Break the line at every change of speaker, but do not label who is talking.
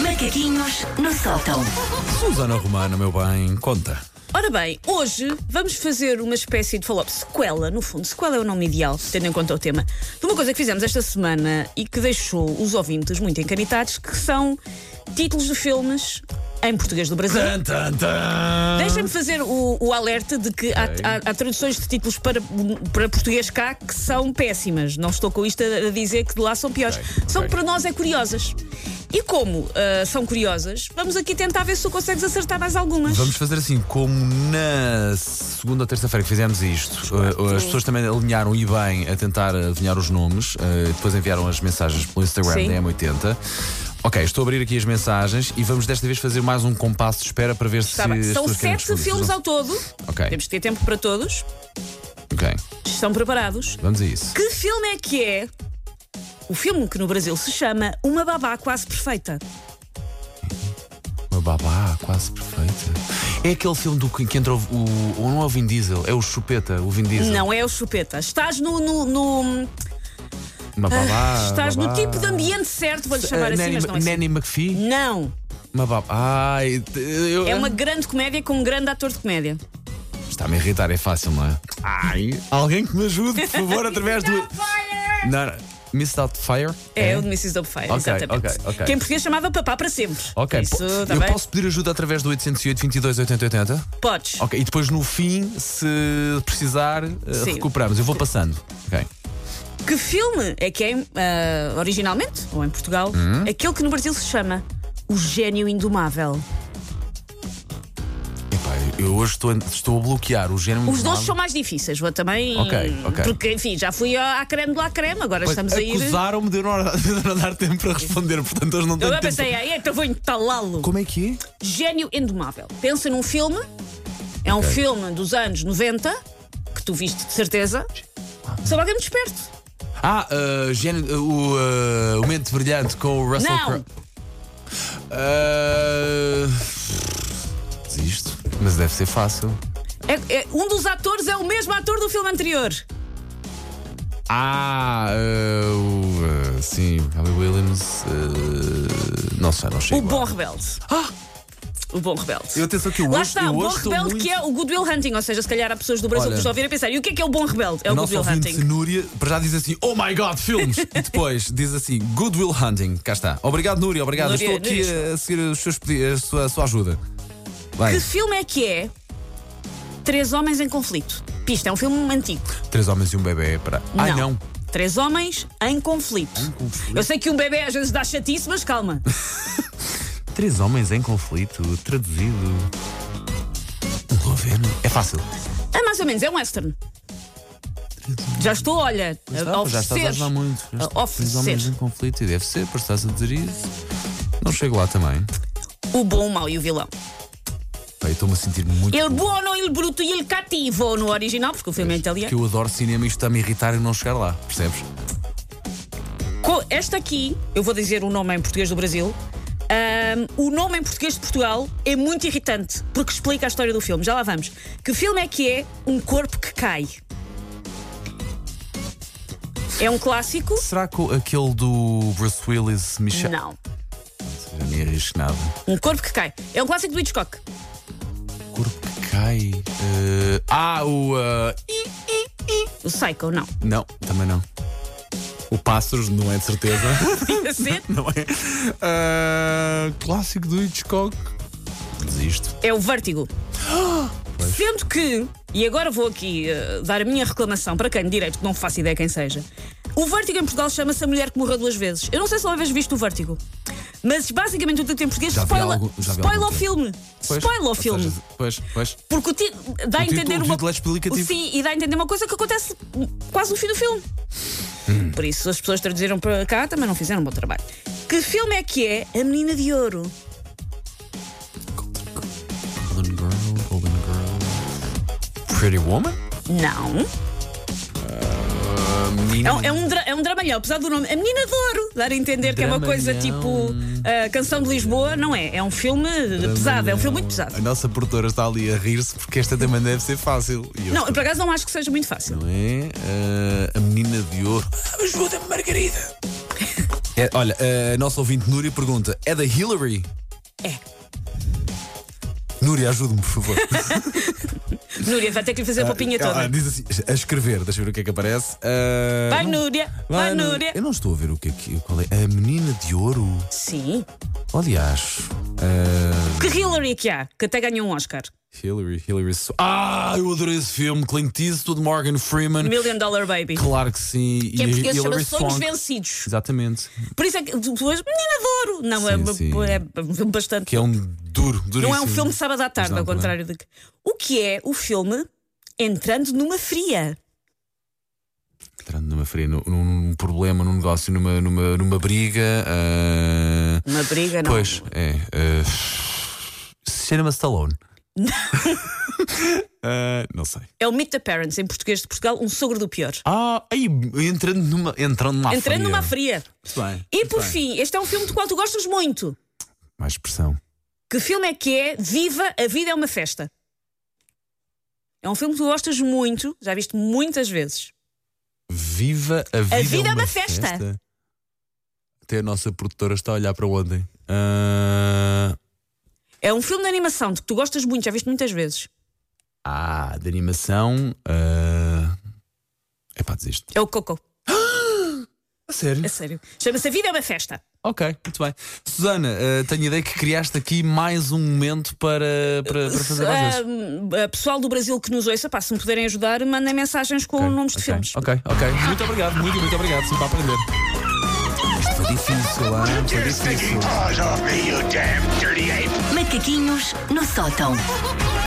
Macaquinhos no sótão.
Susana Romana, meu bem, conta.
Ora bem, hoje vamos fazer uma espécie de follow-up, sequela, no fundo. Sequela é o nome ideal, tendo em conta o tema. De uma coisa que fizemos esta semana e que deixou os ouvintes muito encanitados, que são títulos de filmes em português do Brasil.
Tan, tan, tan.
Deixem-me fazer o, o alerta de que há, há- há traduções de títulos para, para português cá que são péssimas. Não estou com isto a, a dizer que de lá são piores.
Ok,
São
ok.
que para nós é curiosas. E como ah, são curiosas, vamos aqui tentar ver se tu consegues acertar mais algumas.
Vamos fazer assim, como na segunda ou terça-feira que fizemos isto, eh, as pessoas também alinharam e bem a tentar adivinhar os nomes, eh, depois enviaram as mensagens pelo Instagram
Sim.
da M80. Ok, estou a abrir aqui as mensagens e vamos desta vez fazer mais um compasso de espera para ver
Está
se.
Tá bem.
as
São
pessoas querem
sete
responder.
filmes ao todo.
Ok.
Temos que ter tempo para todos.
Ok,
Estão preparados?
vamos a isso.
Que filme é que é? O filme que no Brasil se chama Uma Babá Quase Perfeita.
Uma babá quase perfeita. É aquele filme do que, que entra o, o- Não é o Vin Diesel, é o Chupeta, o Vin Diesel.
Não é o Chupeta. Estás no. no- no-
Uma babá.
Ah, estás
Ah, babá.
no tipo de ambiente certo, vou-lhe
Ah,
chamar assim,
Nanny,
mas não é assim.
Nanny McPhee?
Não.
Uma baba. Ai, t- eu-
É uma grande comédia com um grande ator de comédia.
Está-me a irritar, é fácil, não é? Ai. Alguém que me ajude, por favor, através do. Não, não. Miss Doubtfire?
É, o de Mrs. Doubtfire,
Ok,
exatamente.
ok, ok.
Que em português chamava Papá para sempre.
Ok,
Isso,
po-
tá
eu
bem?
posso pedir ajuda através do 808 22 80 80?
Podes.
Ok, e depois no fim, se precisar, eh,
Sim.
recuperamos. Eu vou passando. Ok.
Que filme é que é, ah, originalmente, ou em Portugal,
Hum?
aquele que no Brasil se chama O Gênio Indomável?
Epá, eu hoje estou, a- estou a bloquear o género.
Os dois são mais difíceis, vou também.
Ok, ok.
Porque, enfim, já fui à à creme de lá creme, agora estamos a ir.
Acusaram-me de eu não, de não dar tempo para responder, portanto hoje não
Eu
tenho
já
tempo.
pensei, ah, então vou entalá-lo.
Como é que é?
Gênio Indomável. Pensa num filme, é um
Ok.
filme dos anos 90, que tu viste de certeza, sobre alguém muito esperto.
Ah, uh, gênio- uh, o, uh, o Mente Brilhante com o Russell
Não.
Crowe. Uh, desisto. Mas deve ser fácil.
É- é- um dos atores é o mesmo ator do filme anterior.
Ah, uh, o, uh, sim, Robbie Williams. Uh, não sei, não
O
chego.
Bom Rebelde. O Bom Rebelde.
Ah! Eu atenção que eu
Lá
hoje-
está,
eu
o Bom
hoje estou
Rebelde
muito-
que é o Good Will Hunting, ou seja, se calhar há pessoas do Brasil
Olha.
que estão a ouvir a pensar, e o que é que é o Bom Rebelde? É o Good
nosso
Will
ouvinte
Hunting.
Núria, para já diz assim, oh my god, filmes! e depois diz assim, Good Will Hunting. Cá está. Obrigado, Núria, obrigado.
Núria,
Estou aqui a seguir os seus pedi- a sua, a sua ajuda. Vai,
Que filme é que é? Três Homens em Conflito. Pista, é um filme antigo.
três homens e um bebê. Para... Ai, não.
Três homens em conflito.
conflito.
Eu sei que um bebê às vezes dá chatice, mas calma.
Três homens em conflito, traduzido. Um governo. É fácil.
É mais ou menos, é um western. Já estou, olha, a
já estás a
É oferecer.
ajudar muito. Já
A
está- Três homens em
oferecer
conflito, e deve ser, por estás a dizer isso. Não chego lá também.
o bom, o mau e o vilão.
Pá, eu Estou-me a sentir muito.
Ele buono, ele bruto e ele cativo no original, porque o filme é italiano.
Que eu adoro cinema e isto está-me a irritar e não chegar lá, percebes?
Co- Esta aqui, eu vou dizer o nome em português do Brasil. Ahm, o nome em português de Portugal é muito irritante porque explica a história do filme. Já lá vamos. Que filme é que é Um Corpo que Cai? É um clássico?
Será que o- aquele do Bruce Willis Michel?
Não.
Já nem arrisco nada.
Um Corpo que Cai. É um clássico do Hitchcock.
Corpo que cai. eh, ah, o. eh,
O Psycho, não.
não, também não. O Pássaros, não é de certeza.
Podia ser.
não é? Ah, clássico do Hitchcock. Desisto.
É o Vértigo. Sendo que, e agora vou aqui eh, dar a minha reclamação para quem de direito, que não faço ideia quem seja. O Vértigo em Portugal chama-se A Mulher que Morreu Duas Vezes. Eu não sei se alguma vez viste o Vértigo. Mas basicamente o título em português
Já vi
spoila,
algo- já vi
spoila
algum
o
tempo.
filme. spoila o filme.
Pois, pois.
Porque o ti- dá
título-
a entender
o
uma
título é explicativo.
o- Sim, e dá a entender uma coisa que acontece quase no fim do filme.
Hum.
Por isso as pessoas traduziram para cá, também não fizeram um bom trabalho. Que filme é que é A Menina de Ouro?
Golden Girl, Golden Girl. Pretty Woman?
Não.
A menina.
É um, é, um dra- é um dramalhão, apesar do nome. A Menina de Ouro, dar a entender que é uma coisa
Dramalhão.
tipo a Canção de Lisboa, não é? É um filme pesado, é um filme muito pesado.
A nossa produtora está ali a rir-se porque esta também deve ser fácil. E eu
Não,
estou-
por acaso não acho que seja muito fácil.
Não é? Ah, a menina de ouro. Ajuda-me, Margarida! É, olha, a nosso ouvinte Núria pergunta: é da Hillary?
É.
Núria, ajude-me, por favor.
Núria, vai ter que lhe fazer a papinha
Ah,
toda.
diz assim, a escrever, deixa eu ver o que é que aparece. Ah,
Vai,
não-
Núria! Vai, Núria!
Eu não estou a ver o que é que. Qual é? A menina de ouro?
Sim.
Aliás. ah,
Que Hillary que há, que até ganhou um Oscar.
Hillary, Hillary. Sw- Ah, eu adorei esse filme. Clint Eastwood, Morgan Freeman.
Million Dollar Baby.
Claro que sim.
Que é
e
em português
Hilary
chama Sonhos
Hum. Swank.
Vencidos.
Exatamente.
Por isso é que depois, menina de ouro! Não, é,
Sim, sim.
é bastante.
Que é um duro, duríssimo.
Não é um filme de sábado à tarde,
Não,
ao
não é.
contrário de que. O que é o filme Entrando numa Fria?
Entrando numa fria, num, num problema, num negócio, numa, numa, numa briga. ah,
Uma briga, não.
Pois, é. eh, Cinema Stallone. Eh, não sei.
É o Meet the Parents, em português de Portugal, um sogro do pior.
Ah, aí, entrando numa. Entrando numa
Entrando numa Fria.
Muito bem. Ah,
E
muito
por
bem.
fim, este é um filme do qual tu gostas muito.
Mais pressão.
Que filme é que é Viva, a Vida é uma Festa? É um filme que tu gostas muito, já viste muitas vezes.
Viva a vida.
vida é uma festa.
Até a nossa produtora está a olhar para ontem. Ah,
É um filme de animação de que tu gostas muito, já viste muitas vezes.
ah, de animação. É pá, desisto.
É o Coco,
A sério?
a sério. Chama-se A Vida é uma Festa.
Ok, muito bem. Susana, eh, tenho a ideia que criaste aqui mais um momento para, para, para
Eh,
fazer às vezes.
Ah, pessoal do Brasil que nos ouça, pá, se me puderem ajudar, mandem mensagens com nomes de
ok,
filmes.
Ok, ok. Muito obrigado, muito, muito obrigado. Sempre a aprender. Isto foi difícil, hein? Foi
Your
difícil.
stinking paws off me, you damn dirty ape!
Macaquinhos no sótão.